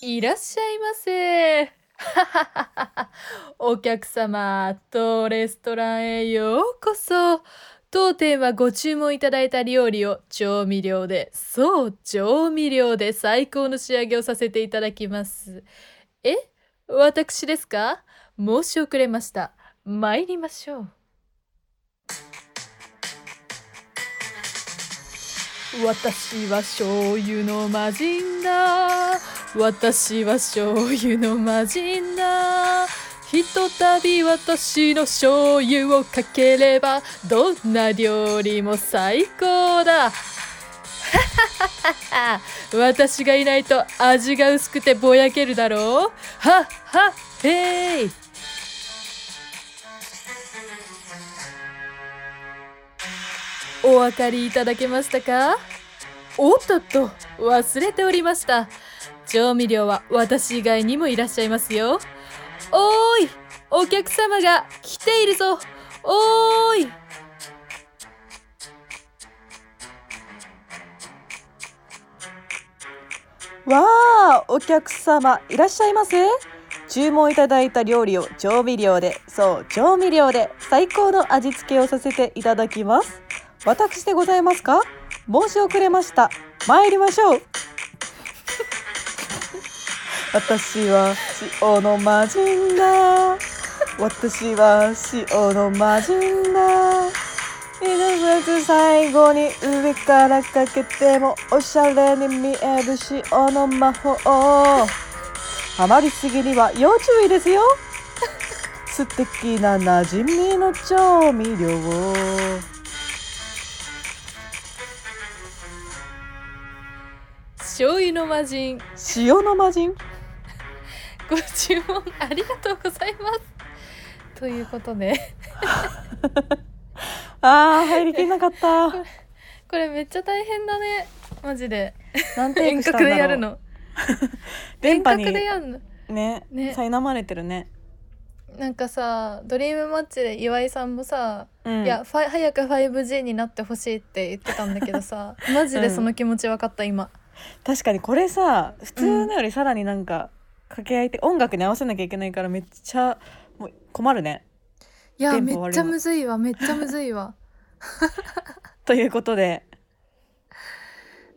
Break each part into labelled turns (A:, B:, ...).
A: いらっしゃいませ。 お客様、当レストランへようこそ。当店はご注文いただいた料理を調味料で、そう、調味料で最高の仕上げをさせていただきます。え私ですか申し遅れました。参りましょう。私は醤油の魔人だ。私は醤油の魔人だひとたび私の醤油をかければどんな料理も最高だ私がいないと味が薄くてぼやけるだろうはっはっへいお分かりいただけましたかおっとっと忘れておりました調味料は私以外にもいらっしゃいますよおーいお客様が来ているぞおーい
B: わあお客様いらっしゃいませ注文いただいた料理を調味料でそう調味料で最高の味付けをさせていただきます私でございますか申し遅れました参りましょう 私は塩の魔人だ私は塩の魔人だ一つ最後に上からかけてもおしゃれに見える塩の魔法ハマりすぎには要注意ですよ 素敵な馴染みの調味料
A: 醤油の魔人
B: 塩の魔人
A: ご注文ありがとうございますということで
B: あー入りきれな かった
A: これめっちゃ大変だねマジで
B: なんて
A: 遠
B: したん
A: 隔でや
B: だ
A: る
B: ろう
A: の
B: 電
A: 遠
B: 波
A: 隔
B: に
A: でやるの
B: ね
A: ね
B: 苛まれてるね
A: なんかさドリームマッチで岩井さんもさ、
B: うん
A: いやファイ早く 5G になってほしいって言ってたんだけど さマジでその気持ち分かった今、
B: 確かにこれさ普通のよりさらになんか掛け合いって音楽に合わせなきゃいけないからめっちゃもう困るね
A: いや
B: 電
A: め
B: 波悪いの
A: っちゃむずいわめっちゃむずいわ
B: ということで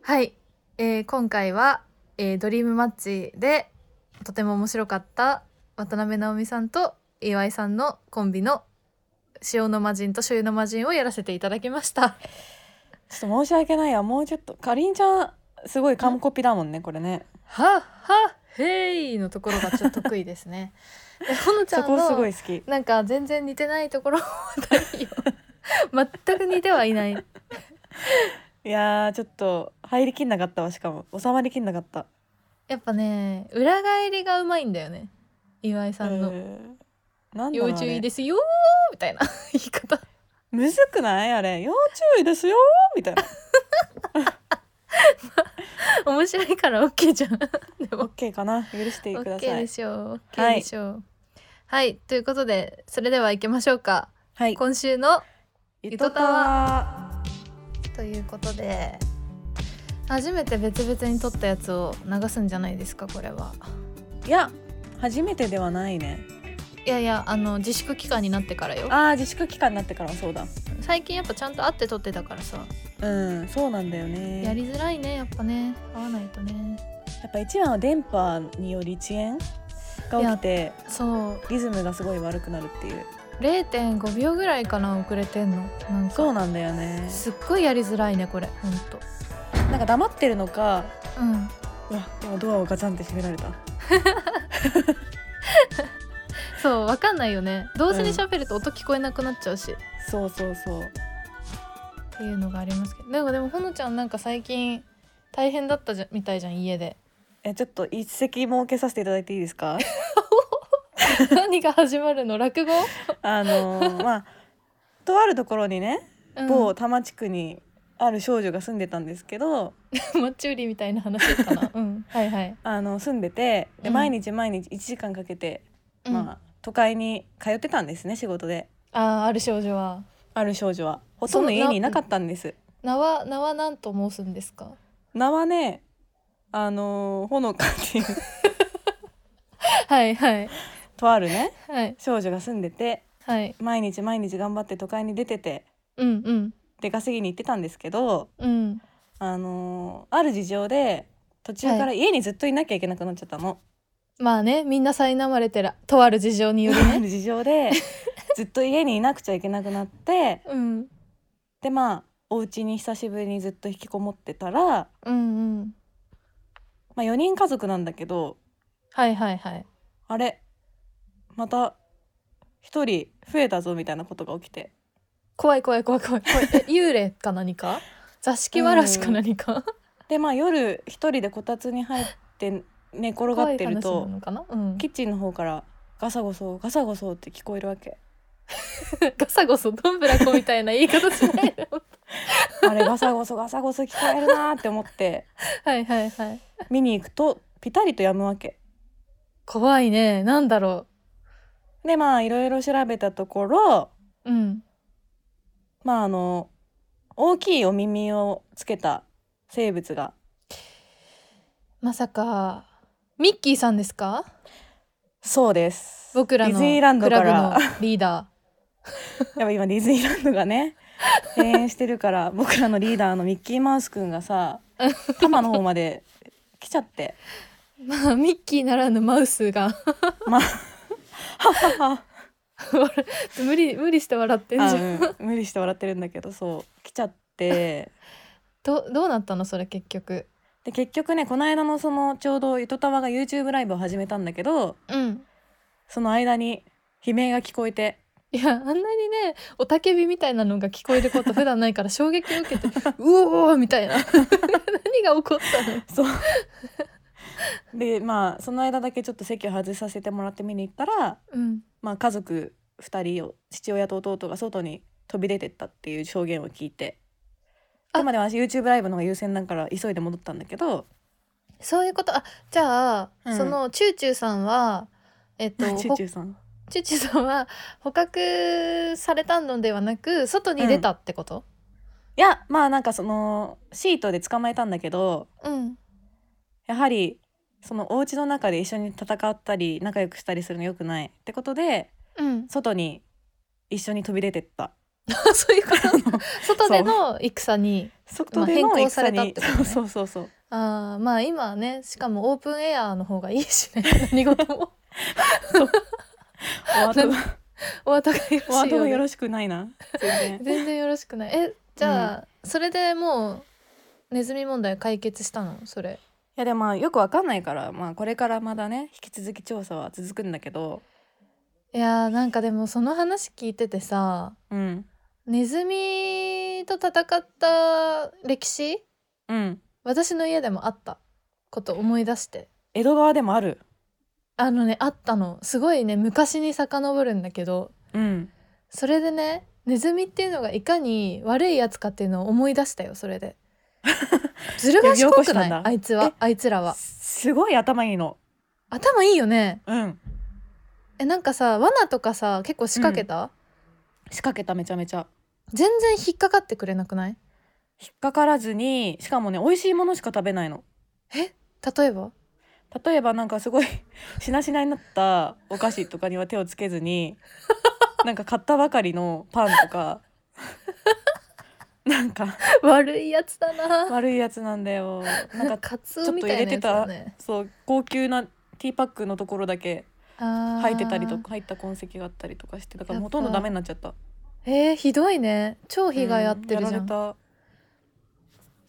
A: はい、えー今回は、えードリームマッチ」でとても面白かった渡辺直美さんと岩井さんのコンビの「塩の魔人」と「醤油の魔人」をやらせていただきました。
B: ちょっと申し訳ないやもうちょっとかりんちゃんすごい完コピだもんねこれね
A: はっはっへいのところがちょっと得意です ね。でほのちゃ
B: そ
A: ん
B: こすご
A: の
B: い好き
A: なんか全然似てないところも ないよ全く似てはいない
B: いやーちょっと入りきんなかったわしかも収まりきんなかった
A: やっぱね裏返りがうまいんだよね岩井さんの。
B: うんなんだろう
A: 要
B: あ
A: 注
B: れ
A: 意ですよーみたいな言い方
B: むずくないあれ要注意ですよー みたいな
A: 面白いから OK じゃんでも
B: OK かな許してくだ
A: OK
B: さ
A: で
B: い
A: しょう
B: は
A: OK
B: い
A: でしょうはい、ということでそれでは行きましょうか
B: はい
A: 今週の
B: 糸タワ
A: ということで初めて別々に撮ったやつを流すんじゃないですかこれは
B: ーいや初めてではないね
A: いやいやあの自粛期間になってからよ
B: あー自粛期間になってからもそうだ
A: 最近やっぱちゃんと会って撮ってたからさ
B: うんそうなんだよね
A: やりづらいねやっぱね会わないとね
B: やっぱ一番は電波により遅延が起きて
A: そう
B: リズムがすごい悪くなるっていう
A: 0.5秒ぐらいかな遅れてんのなん
B: そう
A: か
B: なんだよね
A: すっごいやりづらいねこれほんと
B: なんか黙ってるのか
A: うん
B: うわ今ドアをガチャンって閉められた
A: そうわかんないよね同時に喋ると音聞こえなくなっちゃうし、っ
B: そうそうそう
A: ていうのがありますけどなんかでもほのちゃんなんか最近大変だったじゃみたいじゃん家で
B: えちょっと一席設けさせていただいていいです か
A: 何が始まるの落語、
B: あのーまあとあるところにね
A: うん、
B: 某多摩地区にある少女が住んでたんですけど、
A: マッチ売りみたいな話かなうんはいはい、
B: あの住んでてで
A: うん
B: 毎日毎日1時間かけて、
A: うん、
B: まあ都会に通ってたんですね仕事で
A: ああある少女は
B: ある少女はほとんど家にいなかったんです
A: 名は名は何と申すんですか
B: 名はねあのーほのかっていう
A: はいはい
B: とあるね
A: はい
B: 少女が住んでて
A: はい
B: 毎日毎日頑張って都会に出てて
A: うんうん
B: 出稼ぎに行ってたんですけど
A: うん
B: あのーある事情で途中から家にずっといなきゃいけなくなっちゃったの。
A: まあねみんな苛まれてらとある事情により
B: あ
A: ね
B: る事 情でずっと家にいなくちゃいけなくなって
A: うん
B: でまあお家に久しぶりにずっと引きこもってたら、ま
A: うんうん
B: あ、4人家族なんだけど
A: はいはいはい
B: あれまた1人増えたぞみたいなことが起きて
A: 怖い怖い怖い怖い怖いえ幽霊か何か座敷わらしか何か、
B: でまあ夜1人でこたつに入って寝転が
A: 怖
B: っ
A: い
B: て
A: 話
B: る
A: な
B: と
A: のかな、うん、
B: キッチンの方からガサゴソガサゴソって聞こえるわけ。
A: ガサゴソどんぶらこみたいな言い方しないで
B: あれガサゴソガサゴソ聞こえるなーって思って
A: はいはいはい
B: 見に行くとピタリと止むわけ
A: 怖いねなんだろ
B: でまあいろいろ調べたところ
A: ううん
B: まああの大きいお耳をつけた生物が
A: まさかミッキーさんですか
B: そうです
A: 僕ら
B: デ
A: の
B: ィズニーランド
A: クラ
B: か
A: ブ
B: ら
A: のリーダ
B: やっぱ今ディズニーランドがね閉園してるから 僕らのリーダーのミッキーマウスくん がさ多摩の方まで来ちゃって
A: ーまあミッキーならぬマウスが
B: まあはっはっは
A: 無理無理して笑ってん
B: あ
A: じゃん、
B: うん無理して笑ってるんだけどそう来ちゃって。
A: どどうなったのそれ結局
B: で結局ねこの間のそのちょうどゆとたわが YouTube ライブを始めたんだけど
A: うん
B: その間に悲鳴が聞こえて
A: いやあんなにね雄たけびみたいなのが聞こえること普段ないから衝撃を受け て「うおー!」み たいな何が起こったの
B: そうでまあその間だけちょっと席を外させてもらって見に行ったら、
A: うん
B: まあ、家族2人を父親と弟が外に飛び出てったっていう証言を聞いて
A: あ
B: あまで私 YouTube ライブの方が優先だから急いで戻ったんだけど
A: そういうことあじゃあ、
B: うん
A: そのチューチューさんはえっと
B: チューチューさん
A: ほチューチューさんは捕獲されたのではなく外に出たってこと、
B: いやまあなんかそのシートで捕まえたんだけど
A: うん、
B: やはりそのお家の中で一緒に戦ったり仲良くしたりするの良くないってことで
A: うん、
B: 外に一緒に飛び出て った
A: そういうこと外での戦に
B: 外での
A: まあ変更され
B: 戦
A: たっ
B: に
A: てことね
B: そうそうそうそう
A: あーまあ今はねしかもオープンエアの方がいいしね 何事も
B: お 後が
A: お後がよろしい
B: お
A: よ,、
B: 後がよろしくないな全然
A: 全然よろしくないえじゃあ、それでもうネズミ問題解決したのそれ
B: いやでもまあよくわかんないからまあこれからまだね引き続き調査は続くんだけど
A: いやーなんかでもその話聞いててさ
B: うん
A: ネズミと戦った歴史
B: うん
A: 私の家でもあったこと思い出して
B: 江戸川でもある
A: あのねあったのすごいね昔に遡るんだけど
B: うん
A: それでねネズミっていうのがいかに悪いやつかっていうのを思い出したよそれ でずる賢
B: 呼び起こし
A: く
B: た
A: なんい
B: だ
A: あいつは
B: え
A: あいつらは
B: すごい頭いいの
A: 頭いいよね
B: うん
A: えなんかさ罠とかさ結構仕掛けた、
B: 仕掛けためちゃめちゃ
A: 全然引っかかってくれなくない
B: 引っかからずにしかもね美味しいものしか食べないの
A: 例えば
B: 例えばなんかすごい しなしなになったお菓子とかには手をつけず になんか買ったばかりのパンとか なんか
A: 悪いやつだな
B: 悪いやつなんだよなんか
A: カツオみたいなやつだね
B: そう高級なティーパックのところだけ
A: 入
B: 入ってたりとか入った痕跡があったりとかしてだから
A: やっぱ
B: ほとんどダメになっちゃった
A: えー、ひどいね超被害あってるじゃん、
B: うやら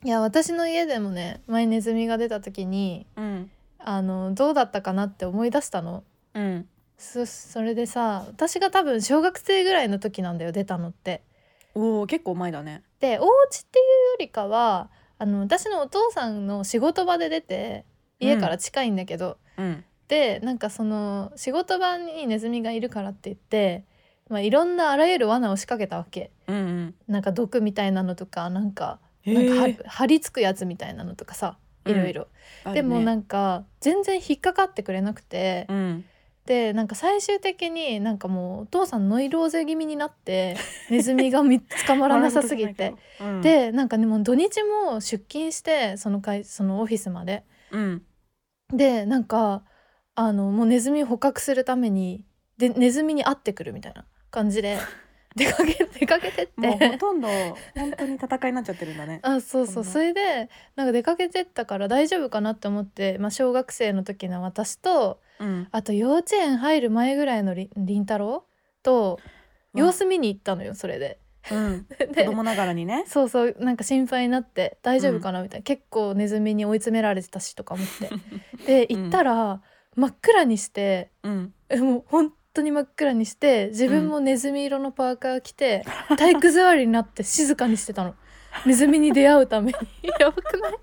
B: れ
A: いや私の家でもね前ネズミが出た時に
B: たうん
A: あのどうだったかなって思い出したの
B: うん
A: そそれでさ私が多分小学生ぐらいの時なんだよ出たのって。
B: おお結構前だね
A: でお家っていうよりかはあの私のお父さんの仕事場で出て家から近いんだけど、
B: うん
A: でなんかその仕事場にネズミがいるからって言って、まあ、いろんなあらゆる罠を仕掛けたわけ
B: うんうん
A: なんか毒みたいなのとかなんか
B: へ
A: なんかは
B: ー
A: 張り付くやつみたいなのとかさいろいろ、
B: あるね
A: でもなんか全然引っかかってくれなくて、
B: うん
A: でなんか最終的になんかもうお父さんノイローゼ気味になってネズミが見つ捕まらなさす ぎて、
B: うん、
A: でなんかねもう土日も出勤してその会そのオフィスまで
B: うん
A: でなんかあのもうネズミを捕獲するためにでネズミに会ってくるみたいな感じ で出かけ出かけてっ
B: もうほ
A: て
B: とんど本当に戦いになっちゃってるんだね
A: あそうそうそ
B: そんな
A: れでなんか出かけてったから大丈夫かなって思って、まあ、小学生の時の私と
B: うん
A: あと幼稚園入る前ぐらいのりりんたろうと
B: うわ
A: 様子見に行ったのよそれで。
B: うん子
A: で
B: 供ながらにね
A: そうそうなんか心配になって大丈夫かなみたいな、結構ネズミに追い詰められてたしとか思って で
B: うん
A: 行ったら真っ暗にして
B: うん
A: えもう本当に真っ暗にして自分もネズミ色のパーカー着て、体育座りになって静かにしてたのネズミに出会う ためにやばくない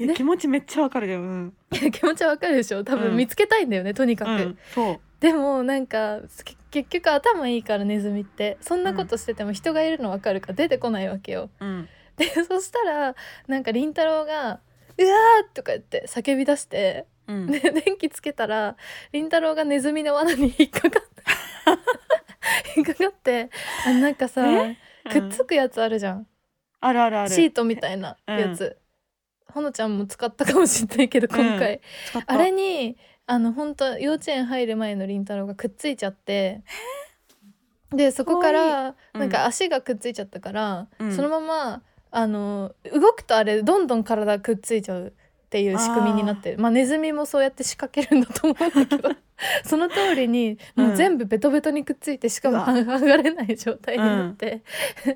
B: いや気持ちめっちゃわかるようん
A: いや気持ちはわかるでしょ多
B: う
A: 分
B: ん
A: 見つけたいんだよね、とにかく、
B: うんそう
A: でもなんかけ結局頭いいからネズミってそんなことしてても人がいるのわかるから出てこないわけよ、
B: うん
A: でそしたらなんかりんたろうが「うわー!」とか言って叫び出して
B: うん
A: で電気つけたらりんたろうがネズミの罠に引っかかって引っかかってあなんかさ
B: え
A: くっつくやつあるじゃん、
B: あるあるある
A: シートみたいなやつ、ほのちゃんも使ったかもしれないけど今回、
B: 使った
A: あれにあの本当幼稚園入る前のりんたろうがくっついちゃってでそこから
B: うん
A: なんか足がくっついちゃったから、
B: うん
A: そのままあの動くとあれどんどん体くっついちゃうっていう仕組みになってるまあネズミもそうやって仕掛けるんだと思うんだけ どその通りにもう全部ベトベトにくっついてしかも
B: うわ
A: 上がれない状態になって、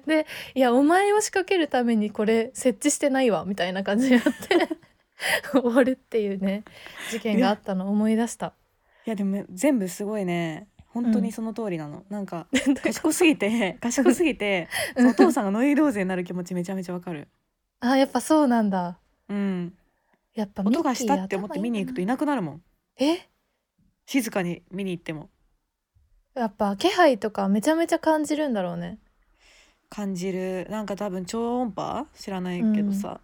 A: で「いやお前を仕掛けるためにこれ設置してないわ」みたいな感じになって 終わるっていうね事件があったのを思い出した。
B: いやでも全部すごいね本当にその通りなの、なん か賢すぎて賢すぎてそのお父さんがノイローゼになる気持ちめちゃめちゃわかる
A: あやっぱそうなんだ。
B: うん
A: やっぱミッキー
B: 音がしたって思って見に行くといなくなるもん
A: 頭いいんだなえ
B: 静かに見に行っても
A: やっぱ気配とかめちゃめちゃ感じるんだろうね。
B: 感じるなんか多分超音波知らないけどさ、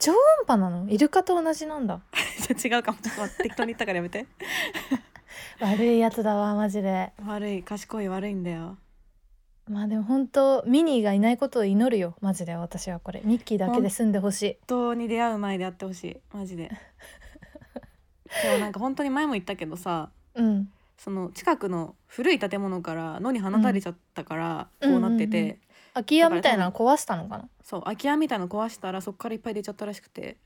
A: 超音波なのイルカと同じなんだ。
B: じゃ あ違うかもちょっと待って適当に言ったからやめて
A: 悪いやつだわマジで。
B: 悪い賢い悪いんだよ
A: まあでも本当ミニーがいないことを祈るよマジで私はこれミッキーだけで住んでほしい。
B: 本当に出会う前でやってほしいマジででもなんか本当に前も言ったけどさ
A: うん
B: その近くの古い建物から野に放たれちゃったから、
A: うん
B: こうなってて、
A: うんうんうん空き家みたいなの壊したのかな。
B: そう空き家みたいなの壊したらそっからいっぱい出ちゃったらしくて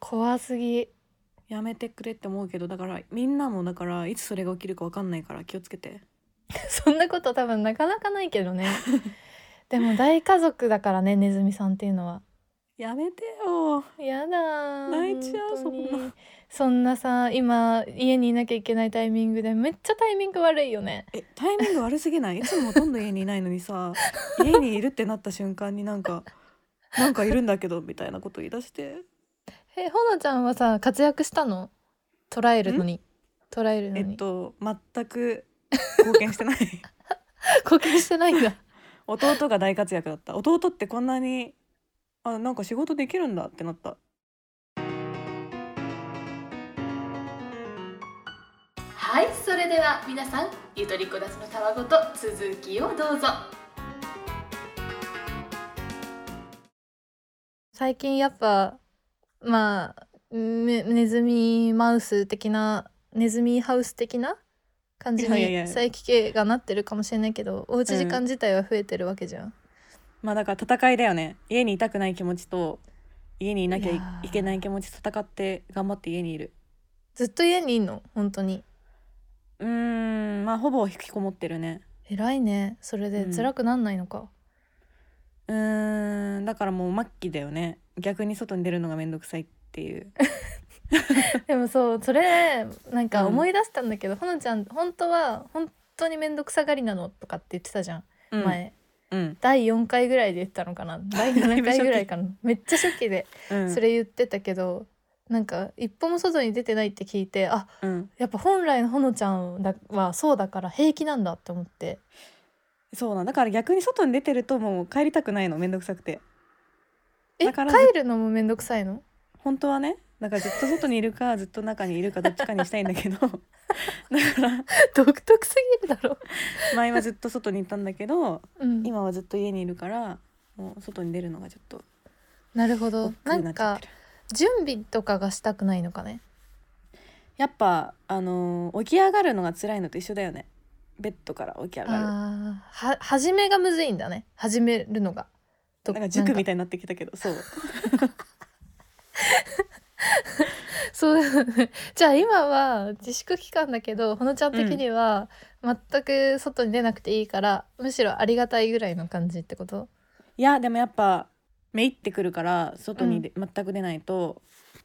A: 怖すぎ。
B: やめてくれって思うけどだからみんなもだからいつそれが起きるかわかんないから気をつけて
A: そんなこと多分なかなかないけど ね。でも大家族だからねネズミさんっていうのは。
B: やめてよ
A: やだー
B: 泣いちゃう
A: 本当に
B: そんな
A: そんなさ今家にいなきゃいけないタイミングでめっちゃタイミング悪いよね
B: えタイミング悪すぎないいつもほとんど家にいないのにさ家にいるってなった瞬間になんかなんかいるんだけどみたいなこと言い出して
A: えほのちゃんはさ活躍したの捉えるのに捉えるの
B: え
A: に、
B: っと全く貢献してない
A: 貢献してないんだ
B: 弟が大活躍だった弟ってこんなにあなんか仕事できるんだってなった
A: はいそれでは皆さんゆとりこだちのたわごと続きをどうぞ最近やっぱまあねネズミマウス的なネズミハウス的な感じ
B: いやいやい
A: に
B: や
A: 再帰系がなってるかもしれないけどおうち時間自体は増えてるわけじゃん、
B: まあだから戦いだよね家にいたくない気持ちと家にいなきゃい
A: いやー
B: いけない気持ちと戦って頑張って家にいる
A: ずっと家にいんの本当に
B: うーんまあほぼ引きこもってるね
A: 偉いねそれで
B: うん
A: 辛くなんないのか、
B: うーんだからもう末期だよね逆に外に出るのがめんどくさいって いう
A: でもそうそれなんか
B: うん
A: 思い出したんだけど、ほのちゃん本当は本当に面倒くさがりなのとかって言ってたじゃん、
B: うん
A: 前
B: うん、
A: 第4回ぐらいで言ったのか な第7回ぐらいかなめっちゃ初期で
B: うん、
A: それ言ってたけど、なんか一歩も外に出てないって聞いてあ
B: うん、
A: やっぱ本来のほのちゃんだはそうだから平気なんだって思って
B: そうなんだから逆に外に出てるともう帰りたくないのめんどくさくて
A: え
B: だから
A: 帰るのも面倒くさいの
B: 本当はねだからずっと外にいるかずっと中にいるかどっちかにしたいんだ けどだから
A: 独特すぎるだろ、
B: 前はずっと外にいたんだけど
A: うん、
B: 今はずっと家にいるからもう外に出るのがちょっと
A: なるほど
B: 億劫
A: な
B: になっ
A: ん
B: ちゃっ
A: か
B: てる
A: 準備とかがしたくないのかね
B: やっぱあのー起き上がるのが辛いのと一緒だよねベッドから起き上がる
A: あーは始めがむずいんだね始めるのがと
B: なんか塾み
A: たい
B: たいになってきたけどそう
A: そうだね じゃあ今は自粛期間だけどほのちゃん的には全く外に出なくていいから、むしろありがたいぐらいの感じってこと
B: いやでもやっぱめいってくるから外にで、全く出ないと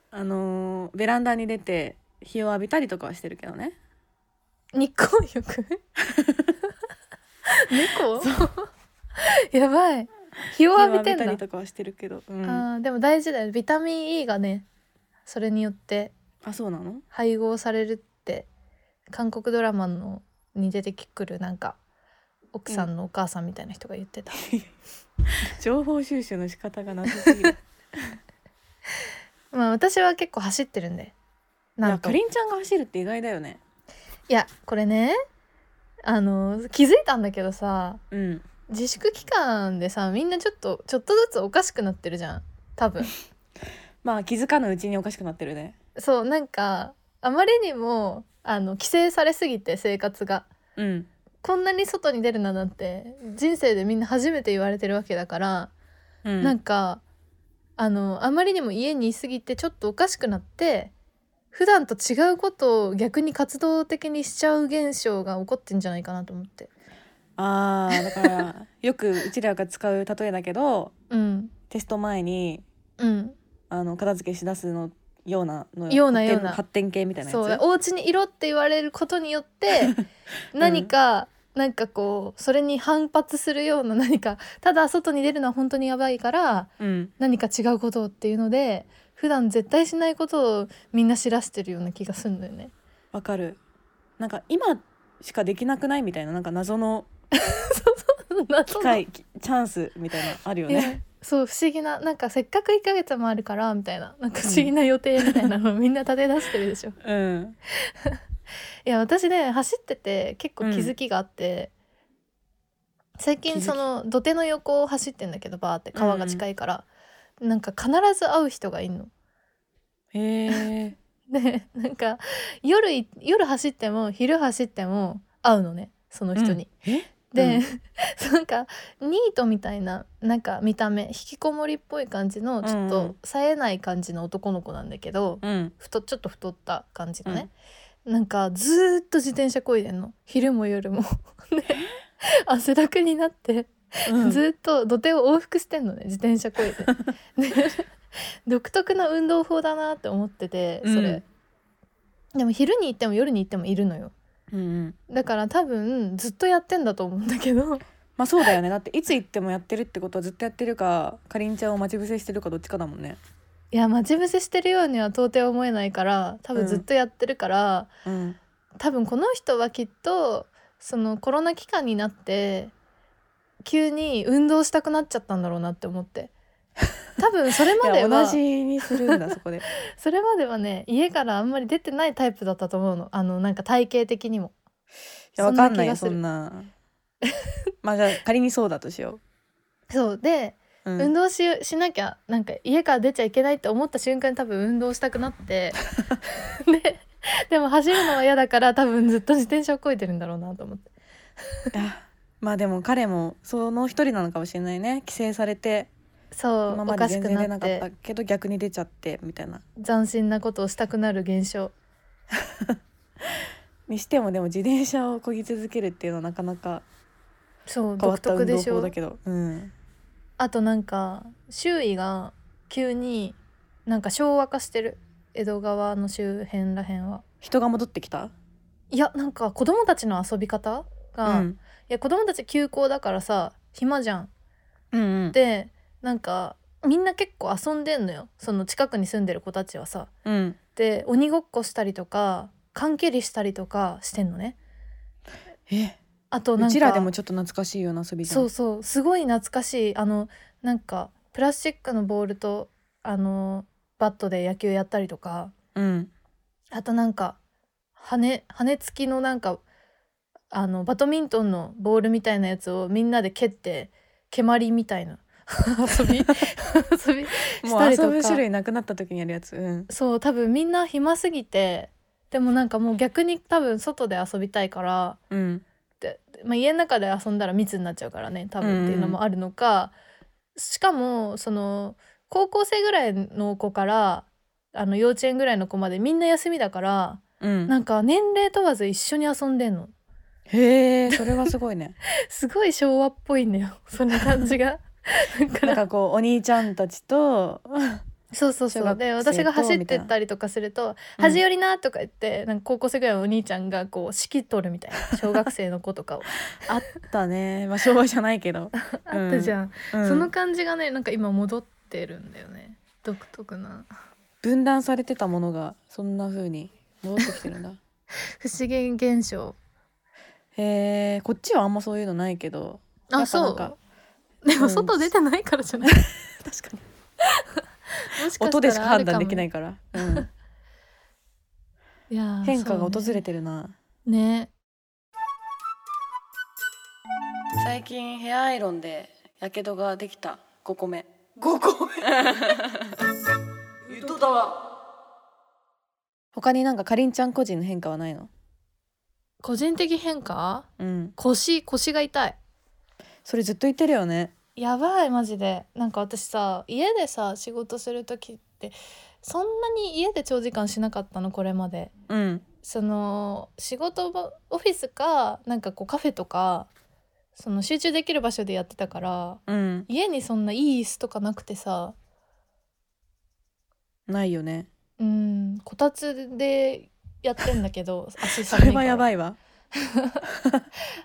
B: あのーベランダに出て日を浴びたりとかはしてるけどね
A: 日光浴 猫 やばい日を浴びてん
B: 日
A: だ
B: をたりとかはしてるけど、うん、あ
A: あーでも大事だよビタミン E がねそれによって
B: そうなの
A: 配合されるって韓国ドラマのに出てくるなんか奥さんのお母さんみたいな人が言ってた、
B: 情報収集の仕方がなさすぎる
A: まあ私は結構走ってるんで
B: い
A: な
B: や
A: んと
B: かりんちゃんが走るって意外だよね
A: いやこれねあの気づいたんだけどさ
B: うん
A: 自粛期間でさみんなちょっとちょっとずつおかしくなってるじゃん多 分
B: まあ気づかぬうちにおかしくなってるね
A: そうなんかあまりにもあの規制されすぎて生活が
B: うん
A: こんなに外に出るななんて人生でみんな初めて言われてるわけだから、
B: うん
A: なんかあのあまりにも家にいすぎてちょっとおかしくなって普段と違うことを逆に活動的にしちゃう現象が起こってんじゃないかなと思って。
B: あーだからよくうちらが使う例えだけど
A: うん、
B: テスト前に
A: うん
B: あの片付けしだすのようなの
A: ような
B: 発展
A: ような
B: 発展系みたいなやつ
A: そうお家にいろって言われることによって 何か、なんかこうそれに反発するような何かただ外に出るのは本当にやばいから
B: うん、
A: 何か違うことをっていうので普段絶対しないことをみんな知らせてるような気がするんだ よね。
B: わかるなんか今しかできなくないみたいななんか謎の機会きチャンスみたいなのあるよ
A: いや
B: ね
A: そう不思議ななんかせっかく1ヶ月もあるからみたいななんか不思議な予定みたいなのをみんな立て出してるでしょ。
B: うん
A: いや私ね走ってて結構気づきがあって、最
B: 気づ
A: 近
B: き
A: その土手の横を走ってんだけどバーって川が近いから、なんか必ず会う人がいんの。
B: へえ
A: でなんか夜い夜走っても昼走っても会うのねその人に。
B: え
A: で、
B: うん
A: なんかニートみたいななんか見た目引きこもりっぽい感じのちょっ
B: うんう
A: と
B: ん
A: 冴えない感じの男の子なんだけど、
B: うん
A: ふとちょっと太った感じのね、なんかずーっと自転車こいでんの昼も夜 もで汗だくになって、
B: うん
A: ずーっと土手を往復してんのね自転車こいで で 独特な運動法だなって思っててそれ、でも昼に行っても夜に行ってもいるのよ
B: うんうん
A: だから多分ずっとやってんだと思うんだけど
B: まあそうだよねだっていつ行ってもやってるってことはずっとやってるかかりんちゃんを待ち伏せしてるかどっちかだもんね
A: いや待ち伏せしてるようには到底思えないから多分ずっとやってるから、
B: うん
A: 多分この人はきっとそのコロナ期間になって急に運動したくなっちゃったんだろうなって思 って多分それま
B: い
A: で
B: や
A: は
B: 同じに するんだそこで
A: それまではね家からあんまり出てないタイプだったと思うのあのなんか体型的にも
B: いやわかんない
A: そんな気がする
B: よそんなまあじゃあ仮にそうだとしよ
A: そうで、
B: う、うん
A: 運動ししなきゃなんか家から出ちゃいけないって思った瞬間に多分運動したくなって ででも走るのは嫌だから多分ずっと自転車をこいでるんだろうなと思って
B: あまあでも彼もその一人なのかもしれないね規制されて
A: そう
B: 今
A: お
B: まで
A: かし
B: 全
A: く
B: 然出
A: な
B: な
A: っ
B: かってたけど逆に出ちゃってみたいな
A: 斬新なことをしたくなる現象
B: にしてもでも自転車を漕ぎ続けるっていうのはなかなか
A: そう
B: 変
A: 独
B: わった
A: 特
B: 運
A: で
B: 動
A: し
B: 法
A: ょ
B: だけどうん
A: あとなんか周囲が急になんか昭和化してる江戸川の周辺らへんは
B: 人が戻ってきた、
A: いやなんか子供たちの遊び方
B: う
A: が、い
B: ん、
A: や子供たち休校だからさ暇じゃん
B: うんうん
A: でなんかみんな結構遊んでんのよその近くに住んでる子たちはさ
B: うん
A: で鬼ごっこしたりとか缶蹴りしたりとかしてんのね
B: え
A: あとなんか
B: うちらでもちょっと懐かしいような遊びじゃん
A: そうそうすごい懐かしいあのなんかプラスチックのボールとあのバットで野球やったりとか
B: うん
A: あとなんか羽羽付きのなんかあのバドミントンのボールみたいなやつをみんなで蹴って蹴まりみたいな 遊 び遊びし
B: もう
A: たり
B: 遊
A: と
B: ぶ種
A: か
B: 類なくなった時にやるやつうん
A: そう多分みんな暇すぎてでもなんかもう逆に多分外で遊びたいから、
B: うん
A: でまあ、家の中で遊んだら密になっちゃうからね多
B: うん
A: 分っていうのもあるのか、しかもその高校生ぐらいの子からあの幼稚園ぐらいの子までみんな休みだから
B: うん
A: なんか年齢問わず一緒に遊んでんの
B: へえそれはすごいね
A: すごい昭和っぽいんだよその感じが。 だ か
B: な
A: ら
B: んかこうお兄ちゃんたちと
A: そうそう
B: 小
A: そう
B: 学
A: で
B: 生
A: 私が
B: と
A: 走っ
B: みた
A: て
B: いな
A: ったりとかすると「
B: うん
A: 端寄りな」とか言ってなんか高校生ぐらいのお兄ちゃんがこう指揮取るみたい な小学生の子とかを
B: あっ たねまあ昭和じゃないけど、
A: あったじゃん、
B: うん
A: その感じがねなんか今戻ってるんだよね独特な
B: 分断されてたものがそんな風に戻ってきてる んだ
A: 不思議現象
B: へえこっちはあんまそういうのないけど
A: あ
B: やっぱ
A: そ
B: なん
A: う
B: か
A: でも
B: うん
A: 外出てないからじゃない
B: 確かに
A: もしか
B: 音でしか判断できないいから、 うん、
A: いやー
B: 変化が
A: そ
B: 訪
A: うね
B: れてるな、
A: ね
B: 最近ヘアアイロンでやけどができた5個目5個目言っとったわ他になんかかりんちゃん個人の変化はないの
A: 個人的変化
B: うん
A: 腰腰が痛い
B: それずっと言ってるよね
A: やばいマジでなんか私さ家でさ仕事する時ってそんなに家で長時間しなかったのこれまで
B: うん
A: その仕事場オフィスかなんかこうカフェとかその集中できる場所でやってたから
B: うん
A: 家にそんないい椅子とかなくてさ
B: ないよね
A: うんこたつでやってんだけ ど足
B: そ
A: 寒
B: れ
A: いか
B: は
A: ら
B: やばいわ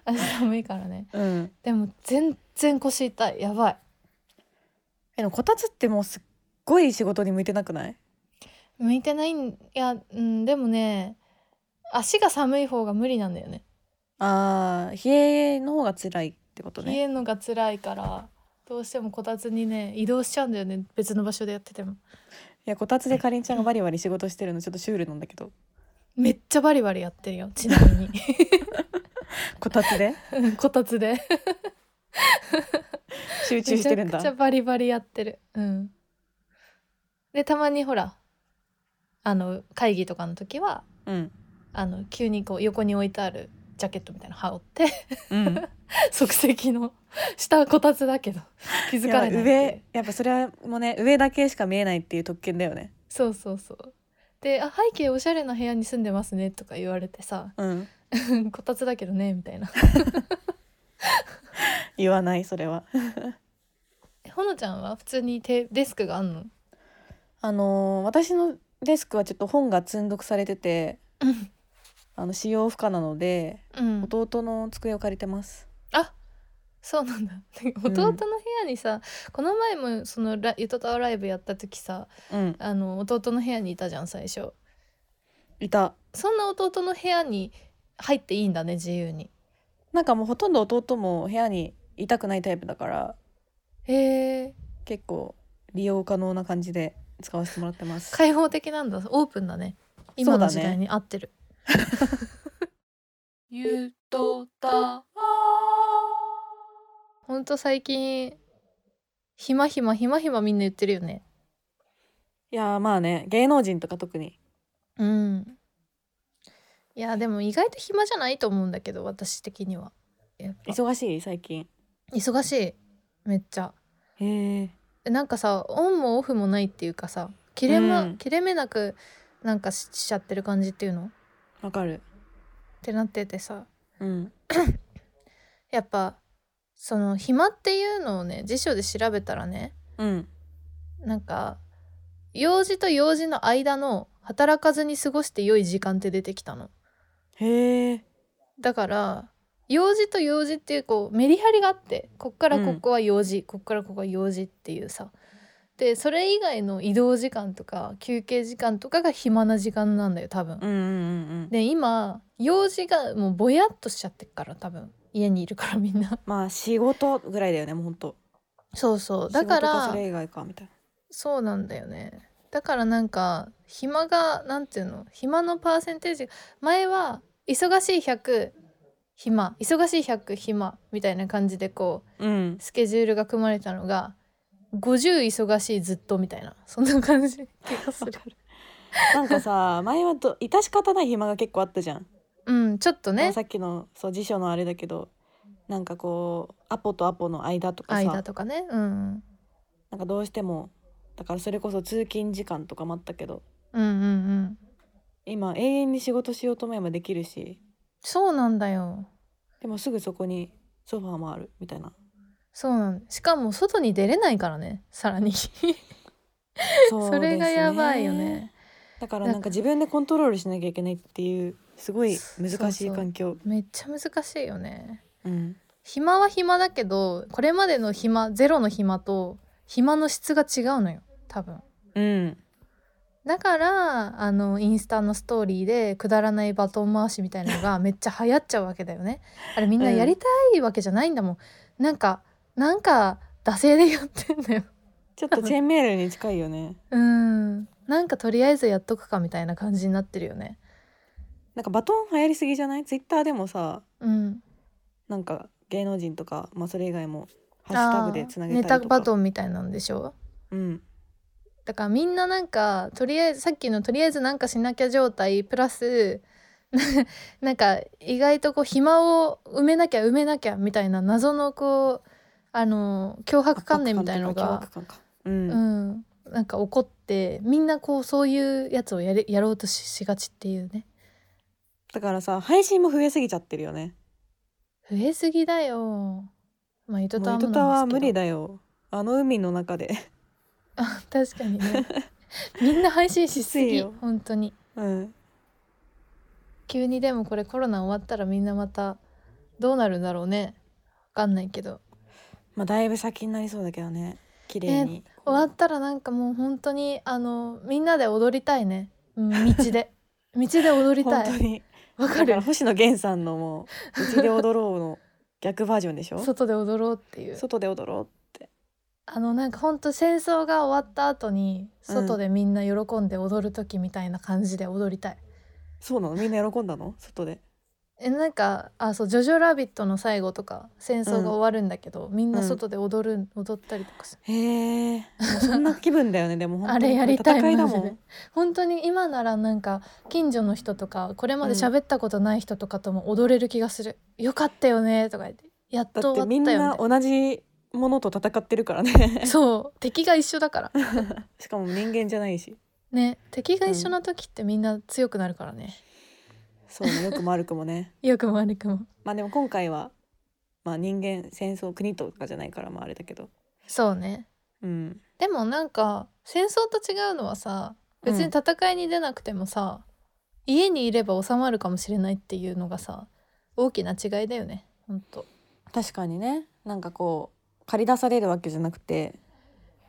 A: 足寒いからね
B: うん
A: でも全然腰痛いやばい
B: えでもこたつってもうすっごい仕事に向いてなくない
A: 向いてないんいやうんでもね足が寒い方が無理なんだよね
B: あー冷えの方が辛いってこと
A: 冷
B: ね
A: えるのが辛いからどうしてもこたつにね移動しちゃうんだよね別の場所でやってても
B: いやこたつでかりんちゃんがバリバリ仕事してるのちょっとシュールなんだけ ど
A: めっちゃバリバリやってるよちなみ
B: こたつで
A: にこたつで
B: 集中
A: め
B: し
A: ち
B: て
A: ゃ
B: るん
A: くちゃ
B: だ
A: バリバリやってるうんでたまにほらあの会議とかの時は
B: うん
A: あの急にこう横に置いてあるジャケットみたいなの羽織って
B: うん
A: 即席の下はこたつだ けど気づ
B: い
A: か
B: や
A: れないっていう
B: 上やっぱそれはもうね上だけしか見えないっていう特権だよね
A: そうそうそうであ「背景おしゃれな部屋に住んでますね」とか言われてさ
B: う
A: 「
B: ん
A: こたつだけどね」みたいな
B: 言わないそれは
A: えほのちゃんは普通にテデスクがあんの
B: あのー私のデスクはちょっと本が積んどくされてて
A: うん
B: あの使用不可なので
A: うん
B: 弟の机を借りてます
A: あそうなんだ 弟
B: ん
A: の部屋にさ、この前もそのラ「ゆとたわライブ」やった時さ
B: うん
A: あの弟の部屋にいたじゃん最初
B: いた
A: そんな弟の部屋に入っていいんだね自由に
B: なんかもうほとんど弟も部屋にいたくないタイプだから
A: へえ
B: 結構利用可能な感じで使わせてもらってます
A: 開放的なんだオープンだね今の時代に合ってる、 ゆとたほんと最近ひまひまひまひまみんな言ってるよね
B: いやーまあね芸能人とか特に
A: うんいやでも意外と暇じゃないと思うんだけど私的にはやっぱ
B: 忙しい最近
A: 忙しいめっちゃ
B: へえ
A: えなんかさオンもオフもないっていうかさ切れ,、ま
B: うん
A: 切れ目なくなんかししちゃってる感じっていうのっ
B: わかる
A: てなっててさ
B: うん
A: やっぱその暇っていうのをね辞書で調べたらね
B: うん
A: なんか用事と用事の間の働かずに過ごして良い時間って出てきたの
B: へえ
A: だから用事と用事っていうこうメリハリがあってこっからここは用事、こっからここは用事っていうさでそれ以外の移動時間とか休憩時間とかが暇な時間なんだよ多分、
B: うんうんうんうん
A: で今用事がもうぼやっとしちゃってっから多分家にいるからみんな
B: まあ仕事ぐらいだよねもうほんと
A: そうそうだか
B: 仕事
A: ら
B: それ以外かみたい
A: そうなんだよねだからなんか暇がなんていうの暇のパーセンテージが前は忙しい100暇忙しい100暇みたいな感じでこう
B: なうん
A: スケジュールが組まれたのが50忙しいずっとみたいなそんな感じ気がする
B: なんかさ前はど致し方ない暇が結構あったじゃん、
A: うんちょっとね
B: さっきのそう辞書のあれだけどなんかこうアポとアポの間とかさ
A: 間とかねうん
B: なんかどうしてもだからそれこそ通勤時間とかもあったけど
A: うんうんうん
B: 今永遠に仕事しようと思えばできるし
A: そうなんだよ
B: でもすぐそこにソファーもあるみた いな
A: そうなんしかも外に出れないからねさらに
B: そ
A: それがやばいよね
B: だからなんか自分でコントロールしなきゃいけないっていうすごい難しい環境
A: めっちゃ難しいよね
B: うん
A: 暇は暇だけどこれまでの暇ゼロの暇と暇の質が違うのよ多分
B: うん
A: だからあのインスタのストーリーでくだらないバトン回しみたいなのがめっちゃ流行っちゃうわけだよ ねあれみんなやりたいわけじゃないんだもん、なんかなんか惰性でやってんだよ
B: ちょっとチェーンメールに近いよね
A: うんなんかとりあえずやっとくかみたいな感じになってるよね
B: なんかバトン流行りすぎじゃないツイッターでもさ
A: うん
B: なんか芸能人とか、まあ、それ以外もハッシュタ
A: あ
B: グ
A: あ
B: でつなげた
A: ネ
B: りとか
A: タバトンみたいなんでしょ
B: うん
A: だからみんななんかとりあえずさっきのとりあえずなんかしなきゃ状態プラス なんか意外とこう暇を埋めなきゃ埋めなきゃみたいな謎のこうあの脅迫観念みたいの
B: 圧
A: が
B: 迫、感とか脅迫感かうん、
A: うん、なんか起こってみんなこうそういうやつをやれやろうとししがちっていうね
B: だからさ配信も増えすぎちゃってるよね
A: 増えすぎだよ。まあ、糸
B: もう
A: タワー
B: 糸
A: も
B: タワ
A: な
B: ー
A: んですけど
B: 無理だよあの海の中で
A: あ確かにねみんな配信しす
B: きつい
A: ぎ
B: よ
A: 本当に
B: うん
A: 急にでもこれコロナ終わったらみんなまたどうなるんだろうねわかんないけど
B: まあだいぶ先になりそうだけどね綺麗に、
A: 終わったらなんかもう本当にあのみんなで踊りたいね、うん、道で道で踊りた
B: 本
A: い
B: 当に
A: わか
B: だか
A: る
B: ら星野源さんのもう「うちで踊ろう」の逆バージョンでしょ
A: 外で踊ろうっていう
B: 外で踊ろう
A: あのなんか本当戦争が終わった後に
B: うん
A: 外でみんな喜んで踊る時みたいな感じで踊りたい、
B: そうなのみんな喜んだの外で
A: えなんかあそう「ジョジョラビット!」の最後とか戦争が終わるんだけど、みんな外で踊る、踊ったりとかする
B: へえもうそんな気分だよねでも本当に
A: あれやりたい
B: 戦いだ
A: マ
B: も
A: ジで
B: ん
A: 本当に今ならなんか近所の人とかこれまで喋ったことない人とかとも踊れる気がする、よかったよねとか言ってやっ
B: だ
A: と
B: ってみ
A: 終わ
B: ん
A: ったよ
B: な
A: ね
B: 同じものと戦ってるからね
A: そう敵が一緒だから
B: しかも人間じゃないし
A: ね敵が一緒な時ってみんな強くなるからね、
B: そうね良くも悪くもね
A: よくも悪くも
B: まあでも今回はまあ人間戦争国とかじゃないからまああれだけど
A: そうね
B: うん
A: でもなんか戦争と違うのはさ別に戦いに出なくてもさ、家にいれば収まるかもしれないっていうのがさ大きな違いだよねほんと
B: 確かにねなんかこう借り出されるわけじゃなくて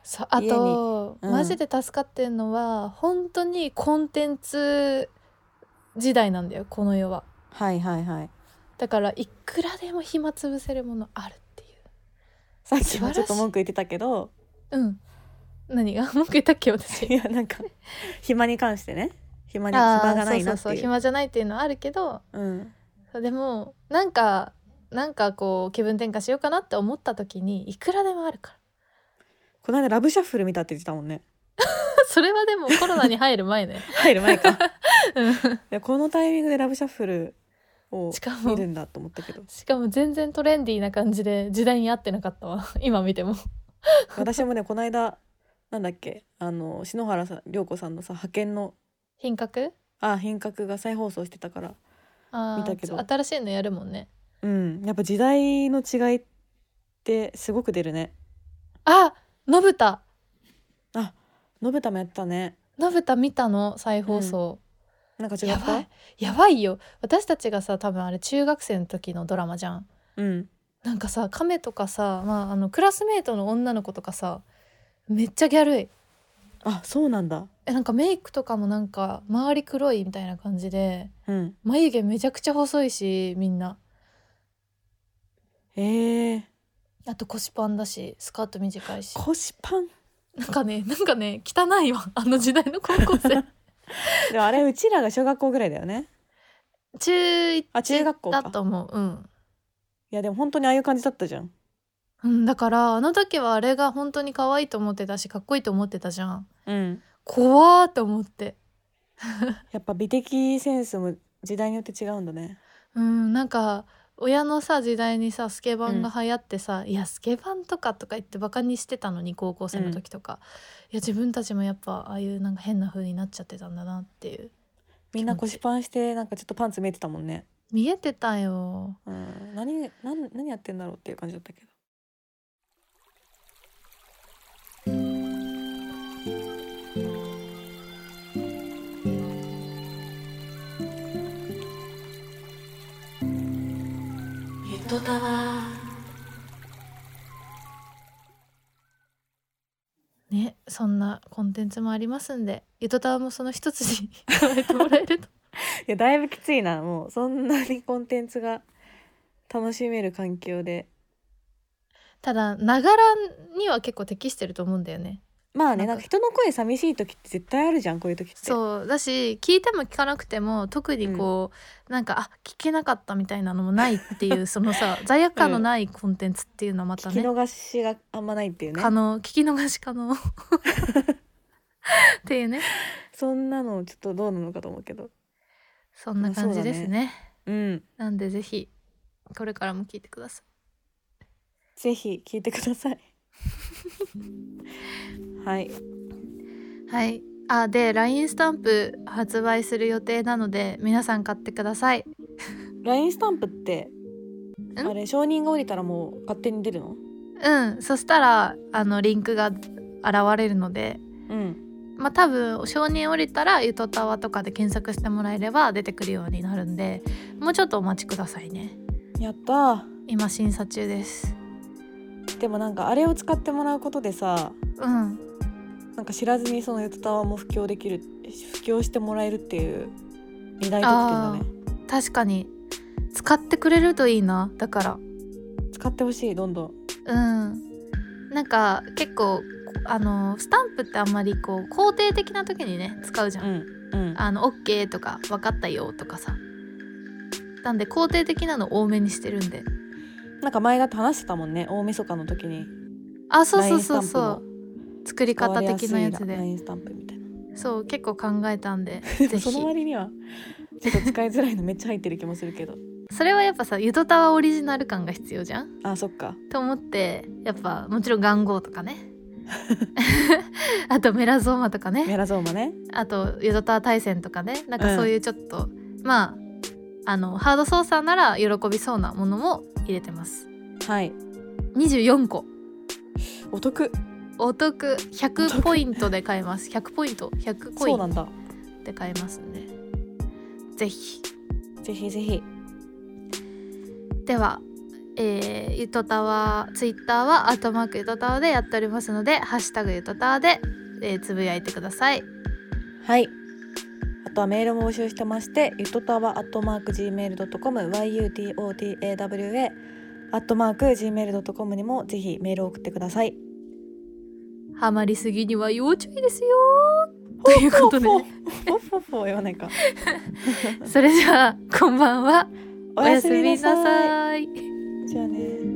A: さあと、
B: 家にうん
A: マジで助かってるのは本当にコンテンツ時代なんだよこの世は
B: はいはいはい
A: だからいくらでも暇つぶせるものあるってい
B: さっきも
A: 素晴らしい
B: ちょっと文句言ってたけど
A: ううん何が 文句言ったっけ 私
B: いやなん か暇に関してね暇に
A: あー
B: 暇がないなって
A: そうそうそう
B: いう
A: 暇じゃないっていうのはあるけど
B: うん
A: でもなんかなんかこう気分転換しようかなって思った時にいくらでもあるから
B: この間ラブシャッフル見たって言ってたもんね
A: それはでもコロナに入る前 ね
B: 入る前かい
A: うん
B: やこのタイミングでラブシャッフルを
A: しかも
B: 見るんだと思ったけど
A: しかも全然トレンディーな感じで時代に合ってなかったわ 今見ても
B: 私もねこの間なんだっけあの篠原さん涼子さんのさ派遣の
A: 品格
B: あ品格が再放送してたから
A: あー
B: 見たけど
A: 新しいのやるもんね
B: うんやっぱ時代の違いってすごく出るね
A: あのぶた
B: あのぶたもやったね
A: のぶた見たの再放送、
B: なんか違
A: や
B: っ
A: ば
B: た
A: いやばいよ私たちがさ多分あれ中学生の時のドラマじゃん
B: うん
A: なんかさ亀とかさ、まあ、あのクラスメートの女の子とかさめっちゃギャルい
B: あそうなんだ
A: えなんかメイクとかもなんか周り黒いみたいな感じで
B: うん
A: 眉毛めちゃくちゃ細いしみんな
B: へえ
A: あと腰パンだしスカート短いし
B: 腰パン
A: なんかねなんかね汚いわあの時代の高校生
B: でもあれうちらが小学校ぐらいだよね
A: 中一
B: あ中学校か
A: だと思ううん
B: いやでも本当にああいう感じだったじゃん
A: うん、だからあの時はあれが本当に可愛いと思ってたしかっこいいと思ってたじゃん
B: うん
A: 怖ーって思って
B: やっぱ美的センスも時代によって違うんだね
A: うんなんか親のさ時代にさスケバンが流行ってさ「いやスケバンとか」とか言ってバカにしてたのに高校生の時とか、いや自分たちもやっぱああいうなんか変な風になっちゃってたんだなっていう
B: みんな
A: 気持ち
B: 腰パンしてなんかちょっとパンツ見えてたもんね、
A: 見えてたよ
B: うん、何何何やってんだろうっていう感じだったけどゆとたわ
A: ねそんなコンテンツもありますんでゆとたわもその一つに 捉えてもらえると
B: いやだいぶきついなもうそんなにコンテンツが楽しめる環境で
A: ただながらには結構適してると思うんだよね
B: まあね
A: な
B: なんん
A: か
B: か人の声寂しい時って絶対あるじゃんこういう時って
A: そうだし聞いても聞かなくても特にこう、なんかあ聞けなかったみたいなのもないって いうそのさ罪悪感のないコンテンツっていうのはまた
B: 聞き
A: ね,、
B: 逃しがあんまないっていうね
A: 可能聞き逃し可 能っていうね
B: そんなのちょっとどうなのかと思うけど
A: そんな感じですね
B: まあそうだうん
A: なんでぜひこれからも聞いてくださ
B: ぜひ聞いてください はい
A: いはいあで LINE スタンプ発売する予定なので皆さん買ってください
B: LINE スタンプって
A: ん
B: あれ承認が降りたらもう勝手に出るの
A: うんそしたらあのリンクが現れるので
B: うん
A: まあ多分承認降りたら「ゆとたわ」とかで検索してもらえれば出てくるようになるんでもうちょっとお待ちくださいね
B: やったー
A: 今審査中です
B: でもなんかあれを使ってもらうことでさ
A: うん
B: なんか知らずにそのヨトタワも布教できる布教してもらえるっていう二大特典だね
A: 確かに使ってくれるといいなだか
B: 使ってほしいどんどん
A: らうんなんか結構あのスタンプってあんまりこう肯定的な時にね使うじゃん、
B: うんうん
A: あの OK とか分かったよとかさなんで肯定的なの多めにしてるんで
B: なんか前だって話してたもんね大晦日の時に
A: あそうそ
B: LINE
A: う
B: ス
A: そ
B: タ
A: う
B: ンプ
A: そ
B: の
A: う作り方的なやつで
B: ラインスタンプみたいな
A: そう結構考えたんで
B: で
A: ぜ
B: もその
A: ひ
B: 割にはちょっと使いづらいのめっちゃ入ってる気もするけど
A: それはやっぱさゆとたわオリジナル感が必要じゃん
B: あそっか
A: と思ってやっぱもちろん元号とかね あとメラゾーマとか
B: メ
A: ね
B: ラゾーマね
A: あとゆとたわ対戦とかねなんかそういうちょっと、まああのハード操作なら喜びそうなものも入れてます
B: はい
A: 24個
B: お得
A: お得100ポイントで買えます100ポイント100コイ
B: そうな
A: ン
B: んだ
A: で買えますんでぜひ
B: ぜひぜひ
A: では、えー、ゆとたわツイッターはアートマークゆとたわでやっておりますので「ハッシュタグゆとたわで」えーつぶやいてください
B: はいあとはメールも募集してましてゆとたわアットマーク Gmail.com yutotawa アットマーク Gmail.com にもぜひメールを送ってください
A: ハマりすぎには要注意ですよということで
B: ほっほっほっほっほ言わないか
A: それじゃあこんばんは
B: おやすみなさい
A: い
B: じゃあね